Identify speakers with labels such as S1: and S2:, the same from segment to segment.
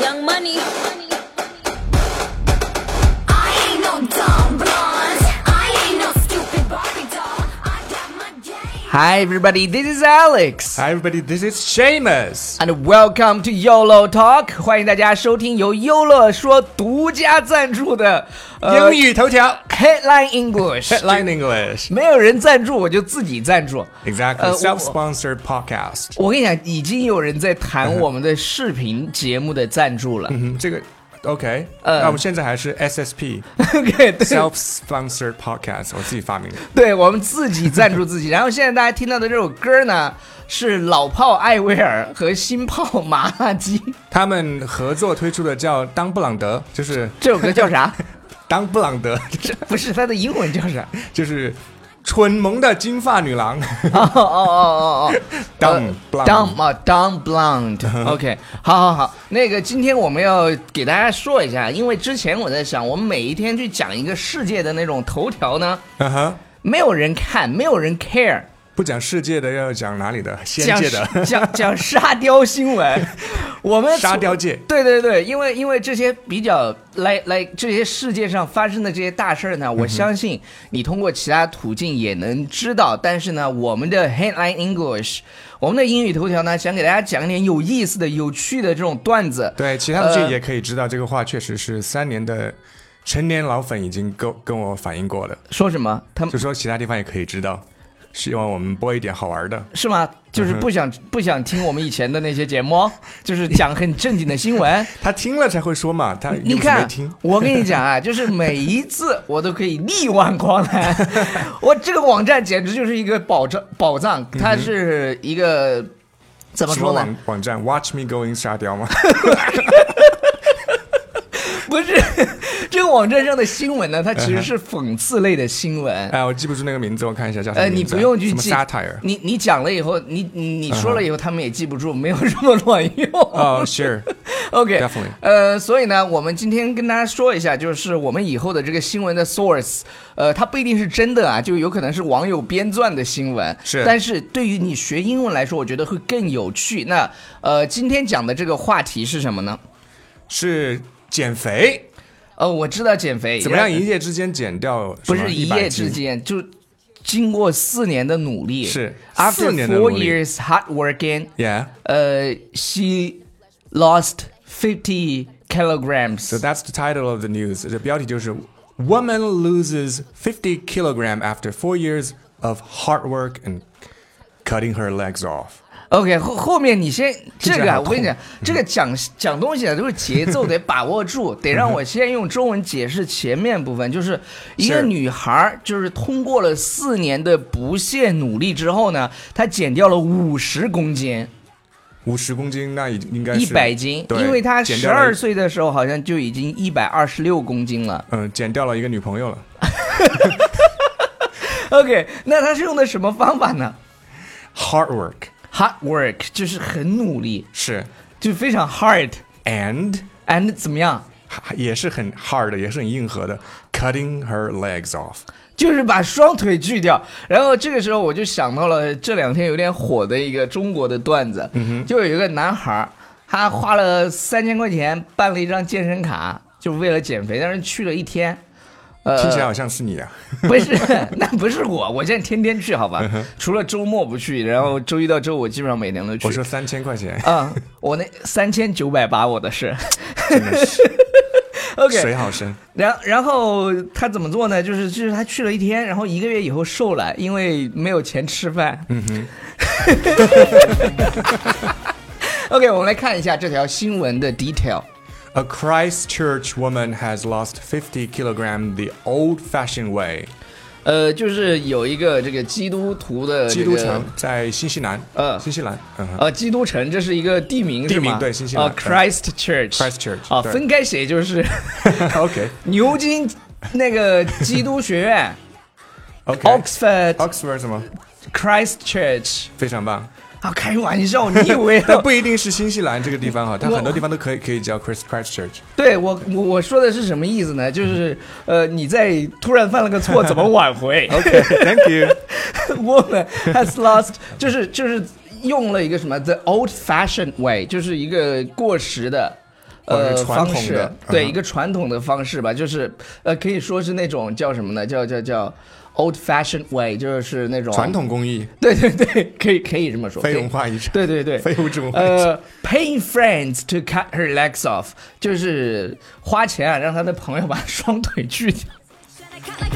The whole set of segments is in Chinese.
S1: young money.
S2: I ain't no dumb blonde. I ain't no stupid Barbie doll. I got my game.
S3: Hi everybody, this is Alex.
S4: Hi everybody, this is Seamus.
S3: And welcome to YOLO Talk，欢迎大家收听由优乐说独家赞助的、呃、
S4: 英语头条
S3: Headline English。
S4: ，Headline 哎 English.
S3: 没有人赞助，我就自己赞助。
S4: Exactly.
S3: 呃
S4: Self-sponsored podcast.
S3: 我跟你讲，已经有人在谈我们的视频节目的赞助了。
S4: 嗯，这个 OK。
S3: 呃
S4: 那我们现在还是 SSP
S3: OK，对，
S4: self-sponsored podcast，我自己发明的。
S3: 对我们自己赞助自己。然后现在大家听到的这首歌呢，是老炮艾薇儿和新炮麻辣鸡。
S4: 他们合作推出的叫当布朗德，就是
S3: 这首歌叫 啥？哦
S4: 当布朗德，
S3: 这不是它的英文叫啥？
S4: 就是蠢萌的金发女郎。
S3: 哦哦哦哦哦。
S4: 当
S3: d
S4: 布朗
S3: Dumb 啊，Dumb Blonde，OK，好好好，那个今天我们要给大家说一下，因为之前我在想，我们每一天去讲一个世界的那种头条呢，
S4: 嗯哼，
S3: 没有人看，没有人 care，
S4: 不讲世界的，要讲哪里的？仙
S3: 讲
S4: 界的，
S3: 讲讲沙雕新闻，我们
S4: 沙雕界。
S3: 对对对，因为因为这些比较来来这些世界上发生的这些大事儿
S4: 嗯
S3: 呢，我相信你通过其他途径也能知道。但是呢，我们的 headline English，我们的英语头条呢，想给大家讲一点有意思的、有趣的这种段子。
S4: 对，其他的剧
S3: 呃
S4: 也可以知道，这个话确实是三年的成年老粉已经跟跟我反映过了，
S3: 说什么？他们
S4: 就说其他地方也可以知道，希望我们播一点好玩的。
S3: 是吗？就是
S4: 嗯
S3: 不想不想听我们以前的那些节目，哦就是讲很正经的新闻。
S4: 他听了才会说嘛，他
S3: 你
S4: 又不是没
S3: 看
S4: 听，，
S3: 我跟你讲 啊，就是每一次我都可以力挽狂澜。我这个网站简直就是一个宝藏，宝藏，它是一个、怎么
S4: 嗯什么
S3: 说呢
S4: 网？网站 Watch Me Going 沙雕 吗？
S3: 不是这个网站上的新闻呢，它其实是讽刺类的新闻。
S4: 嗯哎，我记不住那个名字，我看一下叫什么
S3: 呃，你
S4: 名字
S3: 不
S4: 啊
S3: 用去
S4: 什么
S3: 记
S4: satire。嗯
S3: 你你讲了以后，你你你说了以后，他们也记不住，没有什么卵用。
S4: 哦、s u r e
S3: OK，
S4: Definitely
S3: 呃，所以呢，我们今天跟大家说一下，就是我们以后的这个新闻的 source，呃，它不一定是真的啊，就有可能是网友编撰的新闻。
S4: 是
S3: 但是对于你学英文来说，我觉得会更有趣。那呃，今天讲的这个话题是什么呢？
S4: 是 减肥，
S3: 呃，我知道减肥
S4: 怎么样
S3: 一
S4: 一夜之间减掉什
S3: 不
S4: 么100斤？
S3: 是一夜之间就。经过四年的努力，
S4: 是
S3: after
S4: 四年的
S3: four
S4: 努力
S3: years hard working，
S4: ？Yeah,
S3: 呃，she lost fifty kilograms。
S4: so that's the title of the news. 这标题就是 “Woman loses 50 kilogram after four years of hard work and cutting her legs off.”
S3: OK，后后面你先这个
S4: 起来
S3: 啊，
S4: 好嗯
S3: 我跟你讲，这个 讲讲东西啊，就是节奏得把握住，得让我先用中文解释前面部分，就是一个
S4: 是
S3: 女孩儿，就是通过了四年的不懈努力之后呢，她减掉了五十公斤，
S4: 五十公斤，那已经应该是
S3: 一百斤，
S4: 对
S3: 因为她
S4: 减
S3: 十
S4: 掉了
S3: 二岁的时候好像就已经一百二十六公斤了。
S4: 嗯，减掉了一个女朋友了。
S3: OK，那她是用的什么方法呢
S4: Hard work
S3: ？Hard work 就是很努力，
S4: 是
S3: 就非常 hard。
S4: and
S3: and 怎么样？
S4: 也是很 hard 的，也是很硬核的，cutting her legs off。
S3: 就是把双腿锯掉。然后这个时候我就想到了这两天有点火的一个中国的段子，
S4: 嗯
S3: 就有一个男孩儿，他花了三千块钱办了一张健身卡，就为了减肥，但是去了一天。
S4: 听起来
S3: 呃，
S4: 好像是你啊，
S3: 不是， 那不是我，我现在天天去，好
S4: 嗯
S3: 吧，除了周末不去，然后周一到周五基本上每天都去。
S4: 我说三千块钱，
S3: 啊、我那三千九百八，我的是
S4: 真的是
S3: OK。
S4: 水好深。
S3: 然然后他怎么做呢？就是就是他去了一天，然后一个月以后瘦了，因为没有钱吃饭。嗯哼。OK，我们来看一下这条新闻的 detail。
S4: A Christchurch woman has lost 50 kilogram the old-fashioned way。
S3: 呃，就是有一个这个基督徒的、这
S4: 基
S3: 个、
S4: 督城在新西兰，
S3: 呃
S4: 新西兰，嗯哼，
S3: 呃，基督城这是一个地名
S4: 地
S3: 是
S4: 名
S3: 吗？
S4: 对新西兰
S3: 啊，Christ Church，Christ
S4: Christchurch，
S3: 啊，
S4: 对
S3: 分开写就是
S4: OK
S3: 牛津那个基督学 院
S4: OK。
S3: Oxford
S4: Oxford 什么？
S3: Christ Church
S4: 非常棒，
S3: 啊，开玩笑，你以 为
S4: 但不一定是新西兰这个地方哈，它
S3: 我
S4: 很多地方都可以可以叫 Chris Christchurch。
S3: 对我我我说的是什么意思呢？就是呃，你在突然犯了个错，怎么挽 回
S4: OK，Thank you。
S3: ？Woman has lost，就是 就是用了一个什么 the old fashioned way，就是一个过时的。
S4: 或者
S3: 呃
S4: 是传
S3: 方
S4: 统
S3: 式，
S4: 的，
S3: 对、
S4: 嗯
S3: 一个传统的方式吧，就是呃可以说是那种叫什么呢？叫叫叫 old fashioned way，就是那种
S4: 传。统工艺，
S3: 对对对，可以可以这么说，
S4: 非
S3: 可以
S4: 文化遗产，
S3: 对对对，
S4: 非物质文化遗产。
S3: 呃，pay friends to cut her legs off，就是花钱啊，让她的朋友把双腿锯掉。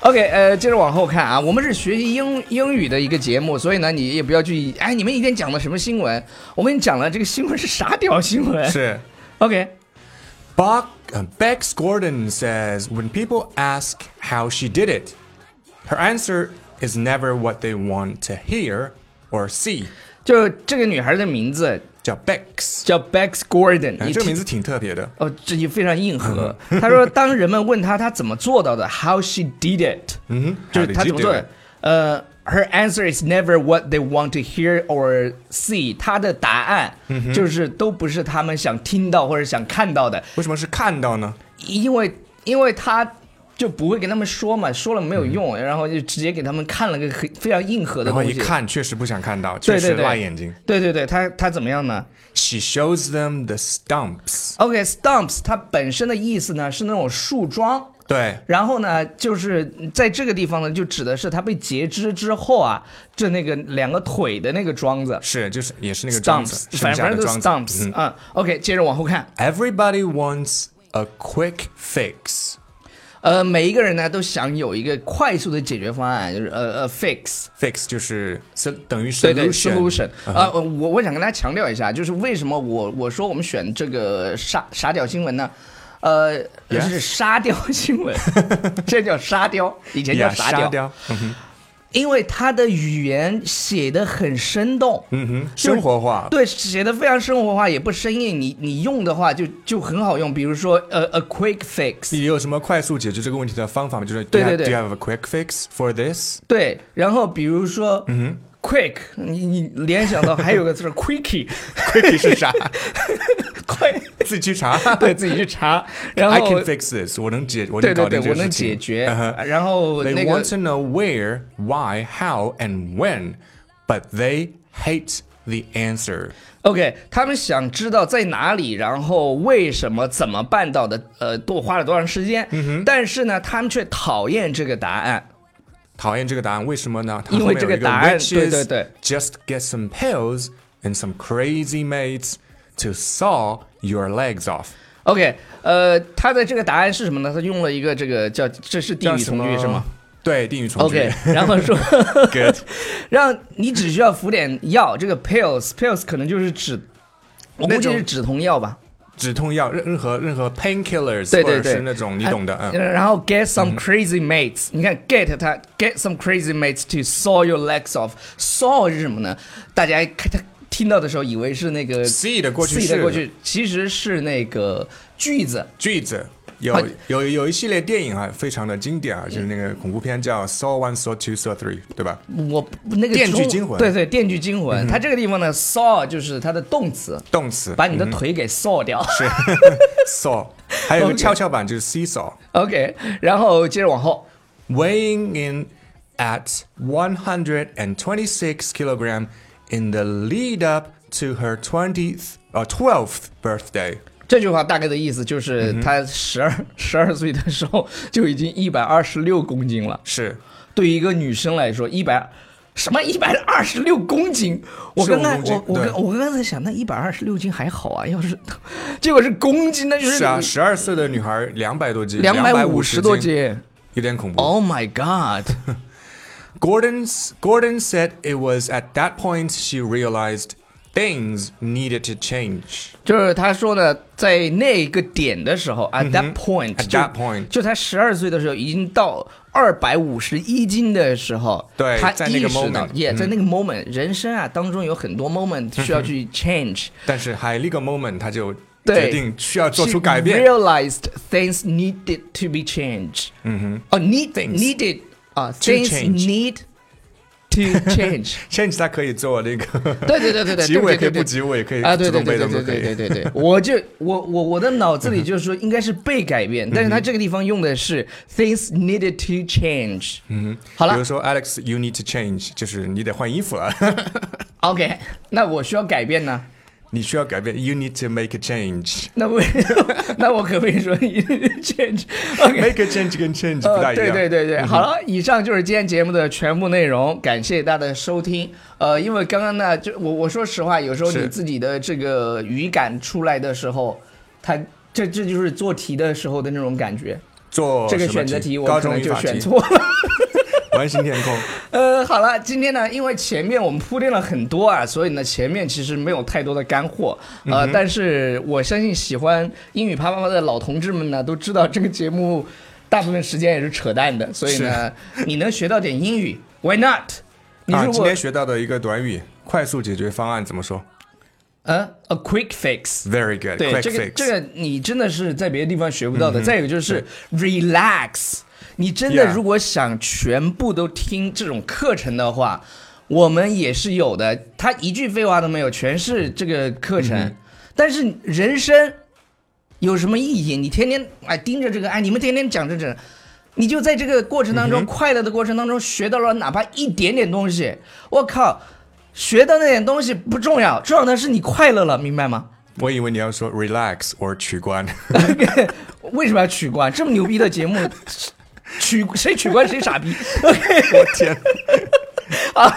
S3: OK，呃，接着往后看啊，我们是学习英英语的一个节目，所以呢，你也不要去，哎，你们一天讲的什么新闻？我跟你讲了，这个新闻是傻屌新闻。
S4: 是
S3: OK，
S4: Buck, uh, Bex Gordon says when people ask how she did it, her answer is never what they want to hear or see.
S3: 就这个女孩的名字
S4: 叫 Bex，
S3: 叫 Bex Gordon，、
S4: 呃
S3: 你
S4: 这个
S3: 听
S4: 名字挺特别的。
S3: 哦，这也非常硬核。
S4: 嗯
S3: 他说，当人们问他他怎么做到的，How she did it，
S4: 嗯哼
S3: 就是他
S4: How did you
S3: 怎么做
S4: do
S3: 的
S4: it？。
S3: 呃，Her answer is never what they want to hear or see。他的答案
S4: 嗯
S3: 就是都不是他们想听到或者想看到的，
S4: 为什么是看到呢？
S3: 因为因为他。就不会跟他们说嘛，说了没有用，然后就直接给他们看了个很非常硬核的
S4: 嗯然后
S3: 东
S4: 一
S3: 西。
S4: 看，确实不想看到，确
S3: 对对
S4: 实
S3: 对，
S4: 辣眼睛。
S3: 对对对，他他怎么样呢？
S4: She shows them the stumps。
S3: OK，stumps、它本身的意思呢是那种树桩，
S4: 对，
S3: 然后呢就是在这个地方呢就指的是它被截肢之后啊，这那个两个腿的那个桩子
S4: 是就是也是那个桩子
S3: ，stumps，，
S4: 剩
S3: 反
S4: 下
S3: 正
S4: 的
S3: 都是
S4: 桩子。
S3: stumps，
S4: 嗯
S3: 嗯 o k 接着往后看，
S4: Everybody wants a quick fix。
S3: 呃，每一个人呢都想有一个快速的解决方案，就是呃呃 fix。
S4: Fix 就是是等于
S3: 对对
S4: solution。嗯
S3: 啊、呃，我我想跟大家强调一下，就是为什么我我说我们选这个沙沙雕新闻呢？呃
S4: Yes
S3: 是沙雕新 闻，这叫沙雕，以前叫
S4: 呀，
S3: 沙
S4: 沙
S3: 雕，
S4: 雕，嗯哼
S3: 因为他的语言写的很生动，
S4: 嗯哼，
S3: 就是
S4: 生活化。
S3: 对，写的非常生活化，也不生硬，你你用的话就就很好用，比如说呃 a quick fix，
S4: 你有什么快速解决这个问题的方法吗？就是
S3: 对
S4: do
S3: 对
S4: you have-
S3: 对
S4: Do you have a quick fix for this？
S3: 对，然后比如说嗯 quick，你你联想到还有个字 quickie，
S4: Quick 是啥？
S3: 快。
S4: 自己去查。
S3: 对自己去 查，然后
S4: I can fix this，我能解，我能
S3: 对
S4: 搞
S3: 对
S4: 定
S3: 对，
S4: 这
S3: 我
S4: 个事
S3: 能
S4: 情
S3: 解决。
S4: 嗯哼
S3: 然后
S4: Uh-huh. They
S3: 那
S4: want
S3: 个
S4: to know where, why, how, and when, but they hate the answer.
S3: OK，他们想知道在哪里，然后为什么、怎么办到的，呃，多花了多长时间。
S4: 嗯
S3: 但是呢，他们却讨厌这个答案。
S4: 讨厌这个答案，为什么呢？它
S3: 因为
S4: 后面
S3: 这个
S4: 有一个
S3: 答案
S4: which
S3: 对
S4: is
S3: 对对
S4: just get some pills and some crazy mates to saw your legs off，
S3: OK，呃，他的这个答案是什么呢？他用了一个这个叫这是地
S4: 叫
S3: 狱
S4: 什
S3: 从句
S4: 么
S3: 是吗？
S4: 对，定语从句。
S3: ？OK，然后说
S4: Good，
S3: 让你只需要服点药，这个 pills，pills 可能就是止，我估
S4: 那
S3: 计
S4: 种
S3: 是止痛药吧。
S4: 止痛药，任任何任何 painkillers，
S3: 对
S4: 或
S3: 对
S4: 者
S3: 对，
S4: 是那种你懂的，
S3: 啊
S4: 嗯。
S3: 然后 get some crazy mates，、你看 get 它 get some crazy mates to saw your legs off，saw 是什么呢？大家看他听到的时候以为是那个
S4: see 的过去
S3: see 的
S4: 式
S3: 过去，其实是那个句子。
S4: 句子。有
S3: 好
S4: 有有一系列电影啊，非常的经典啊，就是那个恐怖片叫《Saw One》《Saw Two》《Saw Three》，对吧？
S3: 我那个
S4: 电锯
S3: 中
S4: 惊魂嗯
S3: 对对，电锯惊魂。它这个地方呢，saw 就是它的动词，
S4: 动词
S3: 把你的腿给 saw 掉。
S4: 嗯是 saw，还有一个
S3: Okay
S4: 跷跷板就是 seesaw。
S3: OK，然后接着往后。
S4: weighing in at 126 kilogram in the lead up to her 20th or 12th birthday.
S3: 这句话大概的意思
S4: 嗯
S3: 就是，他十二十二岁的时候就已经一百二十六公斤了。
S4: 是，
S3: 对于一个女生来说，一百什么一百二十六公斤，我刚才
S4: 15公斤
S3: 我我刚
S4: 对
S3: 我刚才想，那一百二十六斤还好啊，要是结果是公斤，那就是
S4: 是啊，啊十二岁的女孩两百多斤，
S3: 两百五
S4: 十
S3: 十多，斤。
S4: 有点恐怖。
S3: Oh my god！
S4: Gordon's Gordon said it was at that point she realized things needed to change.
S3: 就是他说呢，在那个点的时候，at that point，
S4: Mm-hmm. at
S3: 就
S4: that point
S3: 就他十二岁的时候，已经到二百五十一斤的时候，
S4: 对
S3: 他
S4: 在那
S3: 意
S4: 个
S3: 识到
S4: moment，
S3: 也
S4: 嗯
S3: 在那个 moment，人生啊当中有很多 moment 需要
S4: Mm-hmm
S3: 去 change，
S4: 但是海利个 moment，她就决
S3: 对
S4: 定需要做出
S3: She
S4: 改变。
S3: Realized things needed to be changed。嗯哼，哦，need
S4: Mm-hmm Things
S3: needed 啊，things
S4: change
S3: need to change。
S4: change 它可以做那个，
S3: 对对对对对，
S4: 结尾
S3: 对
S4: 可以
S3: 对对
S4: 不结尾，可以
S3: 啊，
S4: 自
S3: 对对
S4: 动
S3: 对对
S4: 被动
S3: 对
S4: 都可
S3: 对
S4: 以。
S3: 对对 对，我就我我我的脑子里就是说应该是被改变，但是他这个地方用的是 things needed to change。嗯， 好
S4: 比
S3: 了
S4: 如说 Alex，you need to change，就是你得换衣服了。
S3: ，OK，那我需要改变呢
S4: 你需要改变，you need to make a change。
S3: 那我 那我可不可以说 change？OK，
S4: make a change 跟 change 不大
S3: 呃，
S4: 一样。嗯
S3: 对对对对，好了，以上就是今天节目的全部内容，感谢大家的收听。呃，因为刚刚呢，就我我说实话，有时候
S4: 是
S3: 你自己的这个语感出来的时候，它这这就是做题的时候的那种感觉。
S4: 做
S3: 这个
S4: 哦什
S3: 选
S4: 么
S3: 择题我
S4: 高
S3: 可
S4: 中
S3: 能
S4: 语
S3: 就
S4: 法
S3: 选
S4: 题，
S3: 错了。
S4: 完形填空。
S3: 呃，好了，今天呢，因为前面我们铺垫了很多啊，所以呢，前面其实没有太多的干货。
S4: 嗯
S3: 呃，但是我相信喜欢英语啪啪啪的老同志们呢，都知道这个节目大部分时间也是扯淡的，所以呢，你能学到点英语，Why not？你
S4: 啊，
S3: 如
S4: 今
S3: 果、
S4: 天学到的一个短语，快速解决方案怎么说
S3: 呃，a quick fix。
S4: ？Very good.
S3: 对
S4: quick
S3: 这个
S4: fix. 嗯
S3: 这个你真的是在别的地方学不到的。再有就是 relax，你真的
S4: Yeah
S3: 如果想全部都听这种课程的话，我们也是有的。他一句废话都没有，全是这个课程。
S4: 嗯
S3: 但是人生有什么意义？你天天哎盯着这个，哎你们天天讲这这。你就在这个过程当
S4: 嗯
S3: 中，快乐的过程当中学到了哪怕一点点东西，我靠，学到那点东西不重要，重要的是你快乐了，明白吗？
S4: 我以为你要说 relax or 取关。
S3: 为什么要取关？这么牛逼的节目，取谁取关谁傻逼。OK，
S4: 我天，
S3: 好了，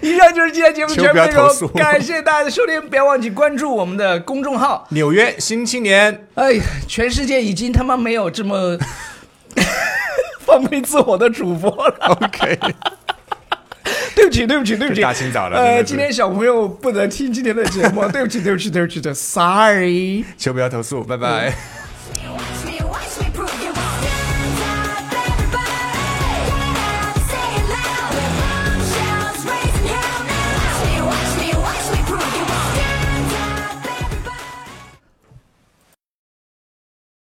S3: 以上就是今天节目的全部内
S4: 请不要投
S3: 容
S4: 诉，
S3: 感谢大家的收听，不要忘记关注我们的公众号。
S4: 纽约新青年，
S3: 哎呀，全世界已经他妈没有这么放飞自我的主播了。
S4: OK，
S3: 对不起，对不起，对不起，
S4: 大清早的真的
S3: 呃，
S4: 是
S3: 今天小朋友不能听今天的节目，对不起，对不起，对不起，对不起对不起，sorry。
S4: 求不要投诉，拜拜。